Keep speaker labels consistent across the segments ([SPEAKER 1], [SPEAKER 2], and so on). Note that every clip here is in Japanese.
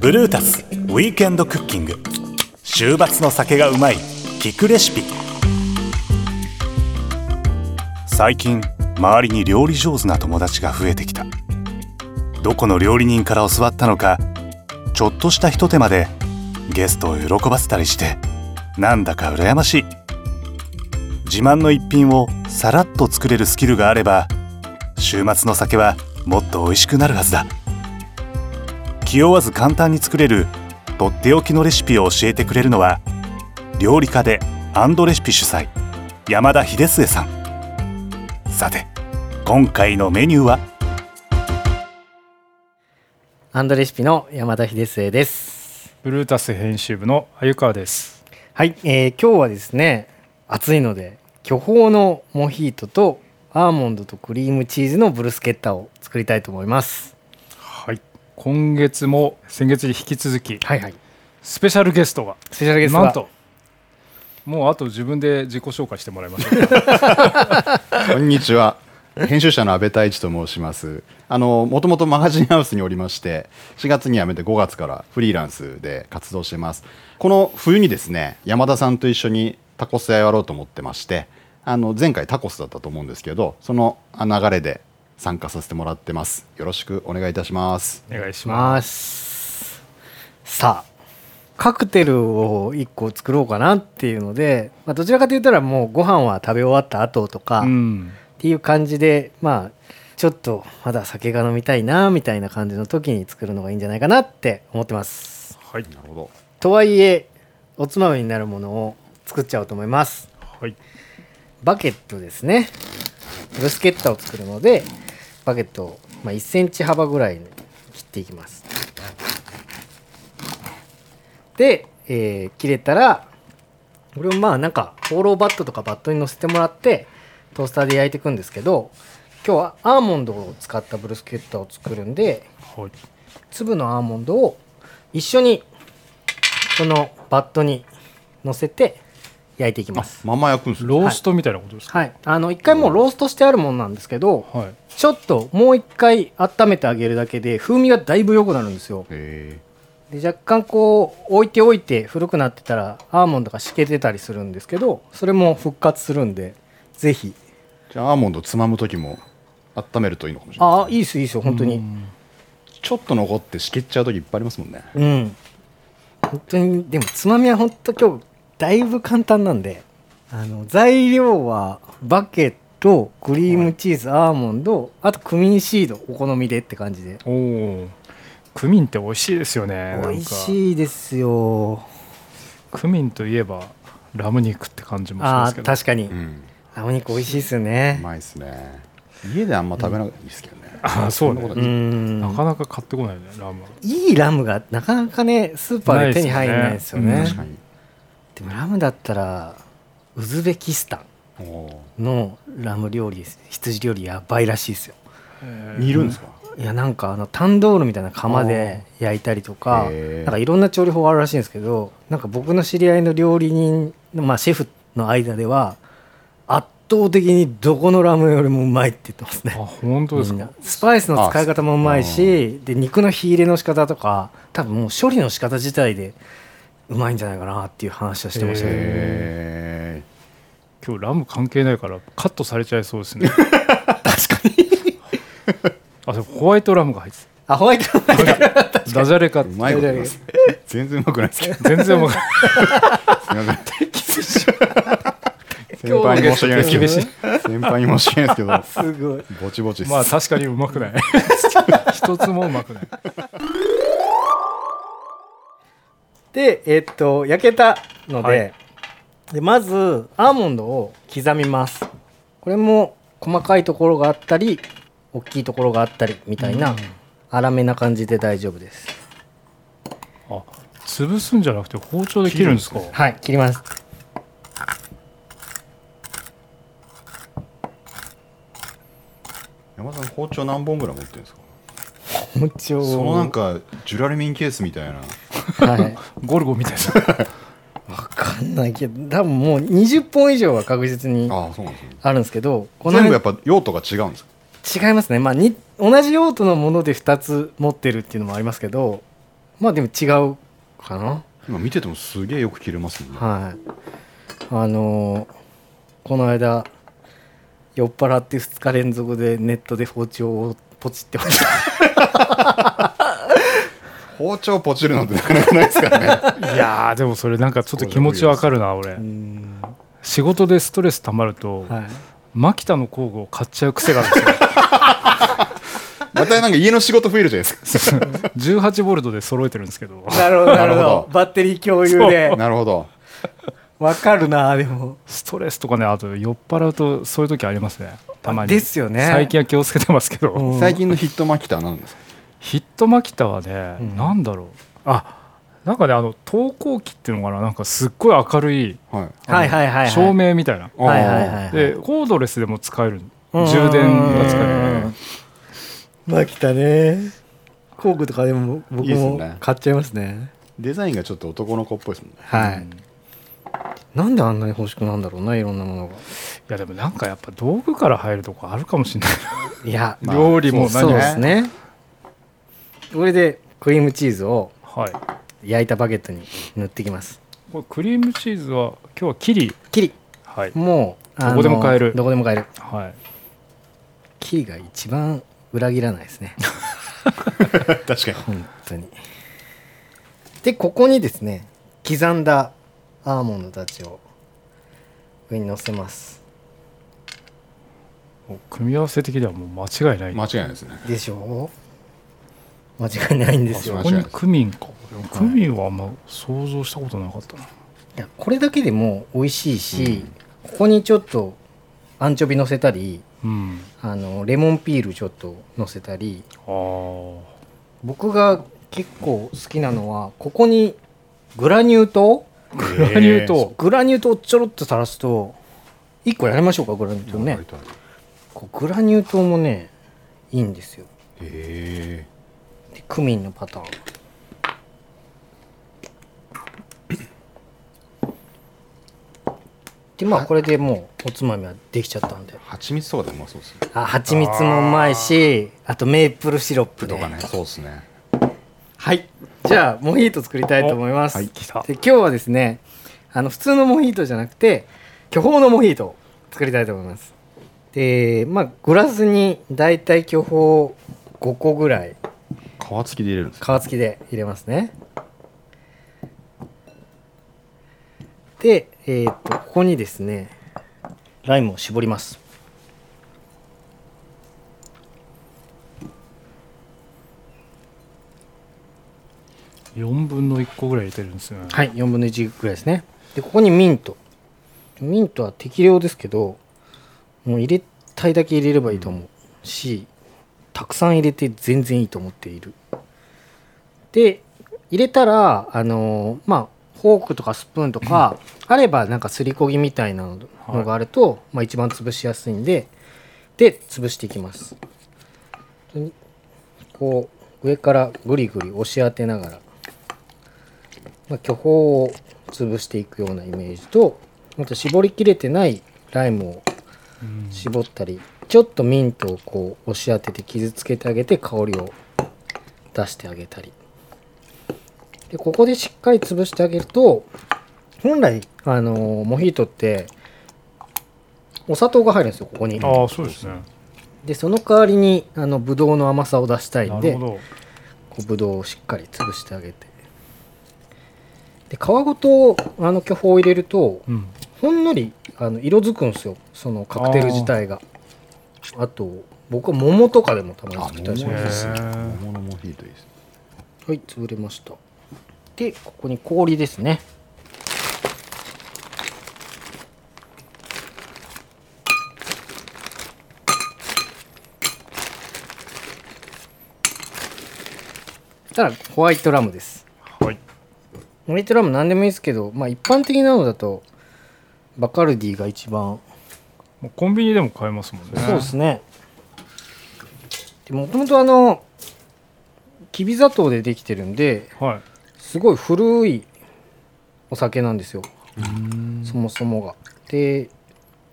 [SPEAKER 1] ブルータスウィークエンドクッキング週末の酒がうまい聞くレシピ最近周りに料理上手な友達が増えてきたどこの料理人から教わったのかちょっとしたひと手間でゲストを喜ばせたりしてなんだか羨ましい自慢の一品をさらっと作れるスキルがあれば週末の酒はもっと美味しくなるはずだ気負わず簡単に作れるとっておきのレシピを教えてくれるのは料理家でアンドレシピ主催山田秀末さんさて今回のメニューは
[SPEAKER 2] アンドレシピの山田秀末です。
[SPEAKER 3] ブルータス編集部の鮎川です。
[SPEAKER 2] はい、えー今日はですね、暑いので巨峰のモヒートとアーモンドとクリームチーズのブルスケッタを作りたいと思います。
[SPEAKER 3] はい。今月も先月に引き続き
[SPEAKER 2] はいはい。
[SPEAKER 3] スペシャルゲストが
[SPEAKER 2] スペシャルゲストが
[SPEAKER 3] なんともうあと自分で自己紹介してもらいましょうか
[SPEAKER 4] こんにちは。編集者の安倍太一と申します。あの、もともとマガジンハウスにおりまして、4月に辞めて5月からフリーランスで活動してます。この冬にですね、山田さんと一緒にタコス屋やろうと思ってまして、あの、前回タコスだったと思うんですけど、その流れで参加させてもらってます。よろしくお願いいたします。
[SPEAKER 3] お願いしま
[SPEAKER 2] ます。さあ、カクテルを1個作ろうかなっていうので、まあ、どちらかというともうご飯は食べ終わった後とか、
[SPEAKER 3] す。うん。
[SPEAKER 2] っていう感じでまあちょっとまだ酒が飲みたいなみたいな感じの時に作るのがいいんじゃないかなって思ってます
[SPEAKER 3] はい。
[SPEAKER 4] なるほど。
[SPEAKER 2] とはいえおつまみになるものを作っちゃおうと思います
[SPEAKER 3] はい。
[SPEAKER 2] バケットですねブルスケッタを作るのでバケットを、まあ、1センチ幅ぐらいに切っていきますで、えー切れたらこれをまあなんかホーローバットとかバットに乗せてもらってトースターで焼いていくんですけど今日はアーモンドを使ったブルスケッタを作るんで
[SPEAKER 3] はい。
[SPEAKER 2] 粒のアーモンドを一緒にこのバットに乗せて焼いていきます
[SPEAKER 4] まんま焼くんですね
[SPEAKER 3] ローストみたいなことですか。
[SPEAKER 2] はい、あの一回もうローストしてあるものなんですけど、
[SPEAKER 3] はい。
[SPEAKER 2] ちょっともう一回温めてあげるだけで風味がだいぶ良くなるんですよ
[SPEAKER 4] へ
[SPEAKER 2] で若干こう置いておいて古くなってたらアーモンドがしけてたりするんですけどそれも復活するんでぜひ
[SPEAKER 4] ーじゃあ、アーモンドつまむ時も温めるといいのかもしれない。
[SPEAKER 2] ああいいですいいですよ本当に
[SPEAKER 3] うん
[SPEAKER 4] ちょっと残ってしきっちゃう時いっぱいありますもんね。
[SPEAKER 2] うん、本当にでもつまみは本当今日だいぶ簡単なんであの材料はバケットクリームチーズ、アーモンドあとクミンシードお好みでって感じで
[SPEAKER 3] おお。クミンって美味しいですよね。
[SPEAKER 2] 美味
[SPEAKER 3] い。
[SPEAKER 2] しいですよ
[SPEAKER 3] クミンといえばラム肉って感じもしま
[SPEAKER 2] あ
[SPEAKER 3] すけ
[SPEAKER 2] ー
[SPEAKER 3] ど。
[SPEAKER 2] 確かに
[SPEAKER 4] うん。
[SPEAKER 2] ラム肉美味しいですよ
[SPEAKER 4] う
[SPEAKER 2] ね
[SPEAKER 4] まいですね家であんま食べないですけどね、
[SPEAKER 3] あーそうね
[SPEAKER 4] んなこと
[SPEAKER 2] う
[SPEAKER 4] ない
[SPEAKER 2] ん
[SPEAKER 3] なかなか買ってこないねラム。
[SPEAKER 2] いいラムがなかなかねスーパーで手に入らないですよね
[SPEAKER 3] ないです
[SPEAKER 4] 確かに
[SPEAKER 2] でもラムだったらウズベキスタ
[SPEAKER 4] おー
[SPEAKER 2] ンのラム料理です羊料理やばいらしいですよ
[SPEAKER 4] 煮るんですか、
[SPEAKER 2] いやなんかあのタンドールみたいな釜で焼いたりとか
[SPEAKER 4] へー
[SPEAKER 2] なんかいろんな調理法あるらしいんですけどなんか僕の知り合いの料理人の、まあ、シェフの間では圧倒的にどこのラムよりもうまいって言ってますね
[SPEAKER 3] あ本当です
[SPEAKER 2] みん
[SPEAKER 3] か
[SPEAKER 2] な。スパイスの使い方もうまいしで肉の火入れの仕方とか多分もう処理の仕方自体でうまいんじゃないかなっていう話をしてましたね
[SPEAKER 4] へ
[SPEAKER 3] 今日ラム関係ないからカットされちゃいそうですね確かにあでもホワイトラムが入って
[SPEAKER 2] あホワイトラム
[SPEAKER 3] たダジャレか
[SPEAKER 4] ーうまいこと言います全然うまくないです けどす
[SPEAKER 3] 全然わかん
[SPEAKER 4] いません先輩に申し訳ない
[SPEAKER 3] 今日のゲ
[SPEAKER 4] で
[SPEAKER 3] ス
[SPEAKER 4] すけど先輩に申し訳ないですけ
[SPEAKER 2] すごい
[SPEAKER 4] どぼちぼちで
[SPEAKER 3] ない
[SPEAKER 4] す、
[SPEAKER 3] まあ確かにうまくない一つもうまくない
[SPEAKER 2] でえっと焼けたので,、
[SPEAKER 3] はい
[SPEAKER 2] でまずアーモンドを刻みますこれも細かいところがあったり大きいところがあったりみたいな粗めな感じで大丈夫です
[SPEAKER 3] あ潰すんじゃなくて包丁で切るんですか
[SPEAKER 2] はい切り ます
[SPEAKER 4] 山田さん包丁何本ぐらい持ってるんですか
[SPEAKER 2] 包丁
[SPEAKER 4] そのなんかジュラルミンケースみたいな
[SPEAKER 2] はい
[SPEAKER 3] ゴルゴみたいな
[SPEAKER 2] わかんないけど多分もう20本以上は確実に
[SPEAKER 4] ああそうなんですね
[SPEAKER 2] あるんですけどこの
[SPEAKER 4] 全部や
[SPEAKER 2] 辺
[SPEAKER 4] っぱ用途が違うんですか
[SPEAKER 2] 違いますね、まあ、に同じ用途のもので2つ持ってるっていうのもありますけどまあでも違うかな
[SPEAKER 4] 今見ててもすげえよく切れますもんね
[SPEAKER 2] はいあのーこの間酔っ払って2日連続でネットで包丁をポチってました
[SPEAKER 4] 包丁ポチるなんてなかなかないですからね
[SPEAKER 3] いやーでもそれなんかちょっと気持ちわかるな俺
[SPEAKER 2] うん
[SPEAKER 3] 仕事でストレスたまる と、
[SPEAKER 2] はい
[SPEAKER 3] マキタの工具を買っちゃう癖があるんですよ
[SPEAKER 4] またなんか家の仕事増えるじゃないですか
[SPEAKER 3] 18ボルトで揃えてるんですけど
[SPEAKER 2] なるほどなるほど
[SPEAKER 4] なるほど
[SPEAKER 2] バッテリー共有で
[SPEAKER 4] なるほど
[SPEAKER 2] わかるなでも
[SPEAKER 3] ストレスとかねあと酔っ払うとそういう時ありますねたまに
[SPEAKER 2] ですよね
[SPEAKER 3] 最近は気をつけてますけど、
[SPEAKER 2] うん
[SPEAKER 4] 最近のヒットマキターなんですか
[SPEAKER 3] ヒットマキタはね、
[SPEAKER 2] うん
[SPEAKER 3] なんだろうあなんかねあの投光器っていうのかななんかすっごい明るい
[SPEAKER 4] はい
[SPEAKER 2] はいはいはいはい
[SPEAKER 3] 照明みたいな、
[SPEAKER 4] あー
[SPEAKER 2] はいはいはいはい
[SPEAKER 3] でコードレスでも使える
[SPEAKER 2] うん
[SPEAKER 3] 充電が使える
[SPEAKER 2] まあ来たね工具とかでも僕
[SPEAKER 4] いいです
[SPEAKER 2] も
[SPEAKER 4] ね
[SPEAKER 2] 買っちゃいますね
[SPEAKER 4] デザインがちょっと男の子っぽいですもんね
[SPEAKER 2] はい、
[SPEAKER 3] うんい
[SPEAKER 2] なんであんなに欲しくなんだろうないろんなものが
[SPEAKER 3] やでもなんかやっぱ道具から入るとこあるかもしれな い
[SPEAKER 2] いや、
[SPEAKER 4] まあ
[SPEAKER 3] 料理も
[SPEAKER 2] そう
[SPEAKER 3] 何
[SPEAKER 2] で
[SPEAKER 3] も、
[SPEAKER 2] すねこれでクリームチーズを
[SPEAKER 3] はい
[SPEAKER 2] 焼いたバゲットに塗ってきます
[SPEAKER 3] これクリームチーズは今日はキリ
[SPEAKER 2] キリ
[SPEAKER 3] はい、
[SPEAKER 2] もうあの
[SPEAKER 3] どこでも買える
[SPEAKER 2] どこでも買える
[SPEAKER 3] はい、
[SPEAKER 2] キリが一番裏切らないです ね
[SPEAKER 4] 確かに
[SPEAKER 2] 本当にでここにですね刻んだアーモンドたちを上に乗せます
[SPEAKER 3] もう組み合わせ的ではもう間違いない、
[SPEAKER 4] 間違いないですね
[SPEAKER 2] でしょう間違いないんですよ
[SPEAKER 4] あ
[SPEAKER 3] こ
[SPEAKER 4] そ
[SPEAKER 3] こ
[SPEAKER 4] う間違いない
[SPEAKER 3] にクミンかでもクミンはあんま想像したことなかったな、
[SPEAKER 2] いやこれだけでも美味しいし、ここにちょっとアンチョビ乗せたり
[SPEAKER 3] うん
[SPEAKER 2] あのレモンピールちょっと乗せたり
[SPEAKER 3] あー
[SPEAKER 2] 僕が結構好きなのはここにグラニュー糖
[SPEAKER 4] グ
[SPEAKER 3] ラニュー糖
[SPEAKER 2] グラニュー糖をちょろっと垂らすと1個やりましょうかグラニュー糖ねこうグラニュー糖もねいいんですよ
[SPEAKER 4] へえ
[SPEAKER 2] でクミンのパターンでまあこれでもうおつまみはできちゃったんで
[SPEAKER 4] 蜂蜜とかでもそうですね
[SPEAKER 2] あ蜂蜜もうまいしあとメープルシロップ
[SPEAKER 4] とかね
[SPEAKER 2] ね
[SPEAKER 4] そうですね
[SPEAKER 2] はいじゃあモヒート作りたいと思います、
[SPEAKER 3] はい来た
[SPEAKER 2] で今日はですねあの普通のモヒートじゃなくて巨峰のモヒートを作りたいと思いますでまあグラスにだいたい巨峰5個ぐらい
[SPEAKER 4] 皮付きで入れるんですか
[SPEAKER 2] 皮付きで入れますねでえーっとここにですねライムを絞ります
[SPEAKER 3] 4分の1個ぐらい入れてるんですよね、
[SPEAKER 2] はい4分の1ぐらいですねでここにミントミントは適量ですけどもう入れたいだけ入れればいいと思うしたくさん入れて全然いいと思っているで入れたらあのーまあフォークとかスプーンとかあればなんかすりこぎみたいなのがあると、まあ、一番潰しやすいんでで潰していきますこう上からぐりぐり押し当てながらまあ、巨峰を潰していくようなイメージとあと絞りきれてないライムを
[SPEAKER 3] うん
[SPEAKER 2] 絞ったりちょっとミントをこう押し当てて傷つけてあげて香りを出してあげたりでここでしっかり潰してあげると本来あのーモヒートってお砂糖が入るんですよここに
[SPEAKER 3] ああそうですね
[SPEAKER 2] でその代わりにあのブドウの甘さを出したいん
[SPEAKER 3] な
[SPEAKER 2] で
[SPEAKER 3] るほど
[SPEAKER 2] こうぶどうをしっかり潰してあげてで皮ごとあの巨峰を入れると
[SPEAKER 3] うん
[SPEAKER 2] ほんのりあの色づくんですよそのカクテル自体があと僕は桃とかでもたまに作ったりし
[SPEAKER 3] あ
[SPEAKER 2] ま
[SPEAKER 3] 桃
[SPEAKER 2] す
[SPEAKER 3] ね
[SPEAKER 4] 桃のモヒートいいですね
[SPEAKER 2] はい潰れましたでここに氷ですねそしたらホワイトラムです
[SPEAKER 3] はい
[SPEAKER 2] モニトラム何でもいいですけど、まあ、一般的なのだとバカルディが一番
[SPEAKER 3] もうコンビニでも買えますもんね
[SPEAKER 2] そうですねでもともとあのきび砂糖でできてるんで
[SPEAKER 3] はい
[SPEAKER 2] すごい古いお酒なんですよそもそもがで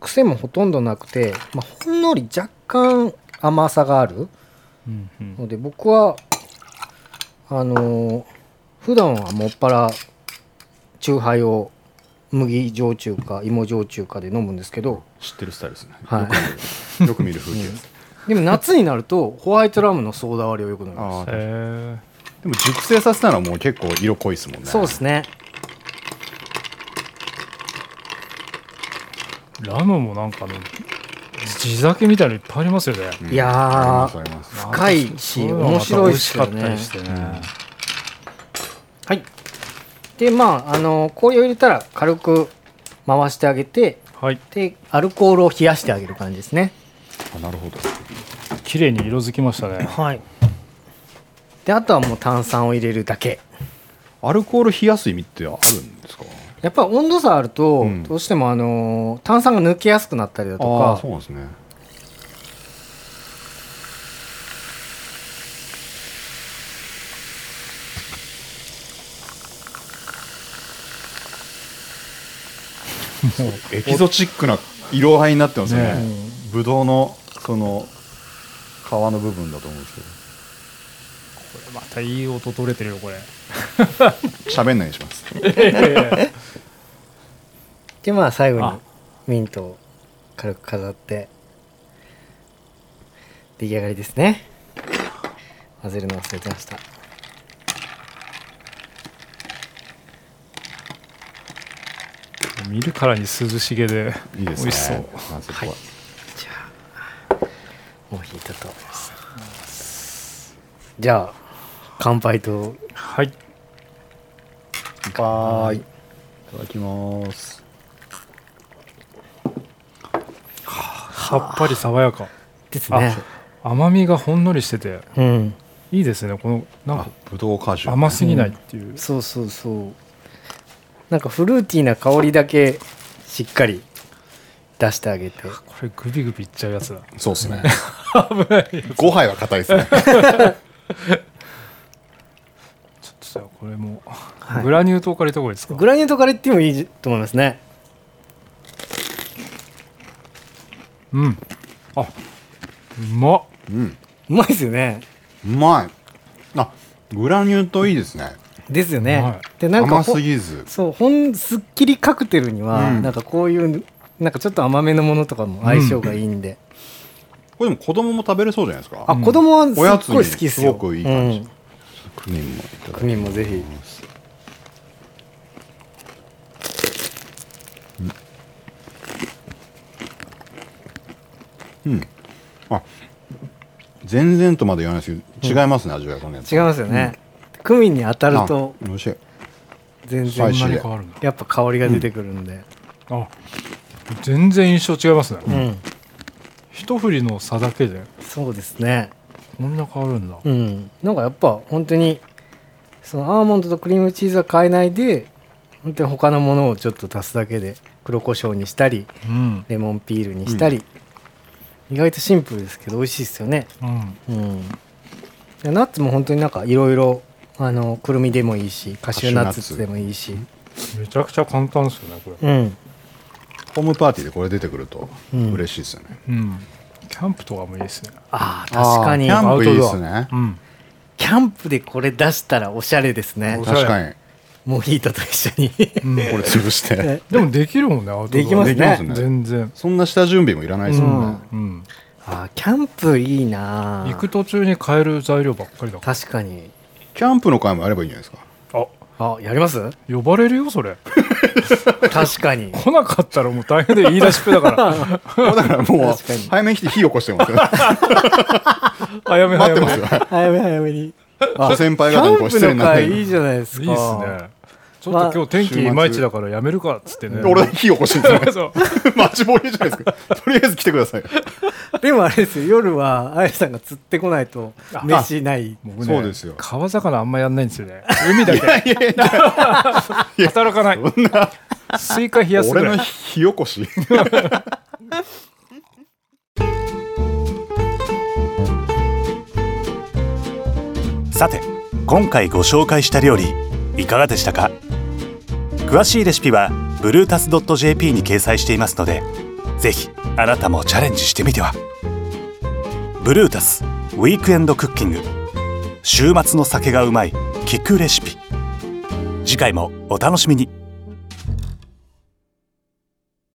[SPEAKER 2] 癖もほとんどなくて、まあ、ほんのり若干甘さがある
[SPEAKER 3] うんうん
[SPEAKER 2] ので僕はあのー普段はもっぱら酎ハイを麦焼酎か芋焼酎かで飲むんですけど、
[SPEAKER 4] 知ってるスタイルですね、
[SPEAKER 2] は
[SPEAKER 4] よく見る風景 です、
[SPEAKER 2] い、でも夏になるとホワイトラムのソーダ割りをよく飲みます
[SPEAKER 4] ああ
[SPEAKER 3] へ
[SPEAKER 4] でも熟成させたらもう結構色濃いですもんね
[SPEAKER 2] そうですね
[SPEAKER 3] ーラムもなんかね地酒みたいのいっぱいありますよね
[SPEAKER 4] うん
[SPEAKER 2] いやー
[SPEAKER 4] ありがとうございます
[SPEAKER 2] 深いし
[SPEAKER 3] なんかそううのが
[SPEAKER 2] 面白い
[SPEAKER 3] 美
[SPEAKER 2] っ
[SPEAKER 3] 味し
[SPEAKER 2] す
[SPEAKER 3] か
[SPEAKER 2] よ
[SPEAKER 3] っ
[SPEAKER 2] ね
[SPEAKER 3] たりしてね
[SPEAKER 2] はいでまあ、あのー氷を入れたら軽く回してあげて
[SPEAKER 3] はい
[SPEAKER 2] でアルコールを冷やしてあげる感じですね
[SPEAKER 4] あなるほど
[SPEAKER 3] 綺麗に色づきましたね
[SPEAKER 2] はいであとはもう炭酸を入れるだけ
[SPEAKER 4] アルコール冷やす意味ってあるんですか
[SPEAKER 2] やっぱ温度差あると、
[SPEAKER 4] うん
[SPEAKER 2] どうしてもあのー炭酸が抜けやすくなったりだと
[SPEAKER 4] ああ
[SPEAKER 2] か
[SPEAKER 4] そうなんですね
[SPEAKER 3] もう
[SPEAKER 4] エキゾチックな色合いになってますね
[SPEAKER 3] ね
[SPEAKER 4] ぶどうのその皮の部分だと思うんですけ
[SPEAKER 3] これまたいい音取れてるよこれ
[SPEAKER 4] ど喋んないようにします
[SPEAKER 2] でまあ最後に
[SPEAKER 3] あ
[SPEAKER 2] ミントを軽く飾って出来上がりですね混ぜるの忘れてました
[SPEAKER 3] 見るからに涼しげで
[SPEAKER 4] いいですね
[SPEAKER 3] 美味しそう
[SPEAKER 4] まずここは
[SPEAKER 2] じゃあもう引いたと思いますじゃあ乾杯と
[SPEAKER 3] はい
[SPEAKER 4] はい。いただきます。
[SPEAKER 3] さっぱり爽やか
[SPEAKER 2] です
[SPEAKER 3] あ
[SPEAKER 2] ね
[SPEAKER 3] 甘みがほんのりしてて
[SPEAKER 2] うん
[SPEAKER 3] いいですねこのなん
[SPEAKER 4] あ
[SPEAKER 3] か、
[SPEAKER 4] ぶどう果汁。
[SPEAKER 3] 甘すぎないっていう、
[SPEAKER 2] そうそうそうなんかフルーティーな香りだけしっかり出してあげて
[SPEAKER 3] これグビグビいっちゃうやつだ
[SPEAKER 4] そうで すね。危ない。五杯は硬いですね。
[SPEAKER 3] ちょっとじゃあこれも、
[SPEAKER 2] はい
[SPEAKER 3] グラニュー糖からいった方がいいですか
[SPEAKER 2] グラニュー糖からいってもいいと思いますね
[SPEAKER 3] うんあうまっ
[SPEAKER 4] うん。
[SPEAKER 2] うまいですよね
[SPEAKER 4] うまい。あ、グラニュー糖いいですね。
[SPEAKER 2] ですよね、
[SPEAKER 3] は
[SPEAKER 2] でなんか
[SPEAKER 4] 甘
[SPEAKER 2] ほ
[SPEAKER 4] すぎず。
[SPEAKER 2] そうほんすっきりカクテルには、
[SPEAKER 4] うん
[SPEAKER 2] なんかこういうなんかちょっと甘めのものとかも相性がいいんで、
[SPEAKER 4] これでも子供も食べれそうじゃないですか。
[SPEAKER 2] あ子供はすっ
[SPEAKER 4] おやつ
[SPEAKER 2] ご
[SPEAKER 4] に
[SPEAKER 2] い好きです
[SPEAKER 4] す
[SPEAKER 2] よ
[SPEAKER 4] ごくいい感じ
[SPEAKER 2] うん
[SPEAKER 4] クミンもいただ
[SPEAKER 2] クミンもぜひ
[SPEAKER 4] ます。うん。うんあ、全然とまで言わないですけど、違いますね、味わいこのやつ。
[SPEAKER 2] 違いますよね、クミンに当たると
[SPEAKER 4] あ美味しい。
[SPEAKER 2] 全然
[SPEAKER 4] 最初
[SPEAKER 3] こんなに変わるんだ
[SPEAKER 2] やっぱ香りが出てくるんで、
[SPEAKER 3] あ全然印象違いますね、
[SPEAKER 2] うん、
[SPEAKER 3] 一振りの差だけで
[SPEAKER 2] そうですね
[SPEAKER 3] こんな変わるんだ、
[SPEAKER 2] うん、なんかやっぱ本当にそのアーモンドとクリームチーズは買えないで本当に他のものをちょっと足すだけで黒胡椒にしたり
[SPEAKER 3] うん
[SPEAKER 2] レモンピールにしたり、意外とシンプルですけど美味しいですよね、
[SPEAKER 3] うん、
[SPEAKER 2] うん、でナッツも本当になんかいろいろあのくるみでもいいしカシューナッツでもいいし
[SPEAKER 3] めちゃくちゃ簡単ですよねこれ、
[SPEAKER 2] うん
[SPEAKER 4] ホームパーティーでこれ出てくると
[SPEAKER 2] うん
[SPEAKER 4] 嬉しいですよね。
[SPEAKER 3] うん、キャンプとかもいいですね
[SPEAKER 2] ああ確かに
[SPEAKER 4] キ
[SPEAKER 2] キャ
[SPEAKER 4] ャンプいい
[SPEAKER 3] ア
[SPEAKER 4] で
[SPEAKER 3] ウ
[SPEAKER 4] す
[SPEAKER 3] トド
[SPEAKER 4] ね。
[SPEAKER 3] うん
[SPEAKER 2] ンプでこれ出したらおしゃれですね
[SPEAKER 3] おしゃれ
[SPEAKER 4] 確かに。こ
[SPEAKER 2] モヒートと一緒 に
[SPEAKER 3] うん
[SPEAKER 4] れ潰して。
[SPEAKER 3] でもできるもんねアウトドア
[SPEAKER 2] できますね
[SPEAKER 3] 全然
[SPEAKER 4] そんな下準備もいらないですもんね。
[SPEAKER 3] うん、
[SPEAKER 2] あーキャンプいいなー
[SPEAKER 3] 行く途中に買える材料ばっかりだから
[SPEAKER 2] 確かに
[SPEAKER 4] キャンプの会もあればいいんじゃないですか。
[SPEAKER 3] あ
[SPEAKER 2] あやります
[SPEAKER 3] 呼ばれるよそれ
[SPEAKER 2] 確かに
[SPEAKER 3] 来なかったらもう大変で言い出しっぺだから
[SPEAKER 4] だからもう
[SPEAKER 2] 確かに
[SPEAKER 4] 早めに来て火起こしてますよ。
[SPEAKER 3] 早め
[SPEAKER 4] 待
[SPEAKER 3] 早
[SPEAKER 4] っ
[SPEAKER 3] め
[SPEAKER 4] て ますよ。
[SPEAKER 2] 早め早めに
[SPEAKER 4] あ 先輩方にご
[SPEAKER 2] キャン
[SPEAKER 4] 失礼
[SPEAKER 2] プ
[SPEAKER 4] に
[SPEAKER 2] の
[SPEAKER 4] なって
[SPEAKER 2] 会いいじゃないです
[SPEAKER 3] い
[SPEAKER 2] か
[SPEAKER 3] いっすねちょっと今日天
[SPEAKER 4] 週末
[SPEAKER 3] 気いまいちだからやめるかっつってね
[SPEAKER 4] 俺火起こしてるんです
[SPEAKER 3] そう
[SPEAKER 4] よ。待ちぼうけじゃないですか。とりあえず来てください。
[SPEAKER 2] でもあれですよ夜はあやさんが釣ってこないと飯ない
[SPEAKER 3] 僕ね
[SPEAKER 4] そうですよ
[SPEAKER 3] 川魚あんまやんないんですよね海だけ働かないスイカ冷やすぐ
[SPEAKER 4] 俺
[SPEAKER 3] ら
[SPEAKER 4] の
[SPEAKER 3] い
[SPEAKER 4] 火起こし。
[SPEAKER 1] さて今回ご紹介した料理いかがでしたか詳しいレシピはブルータス .jp に掲載していますのでぜひあなたもチャレンジしてみてはブルータスウィークエンドクッキング週末の酒がうまい聞くレシピ次回もお楽しみに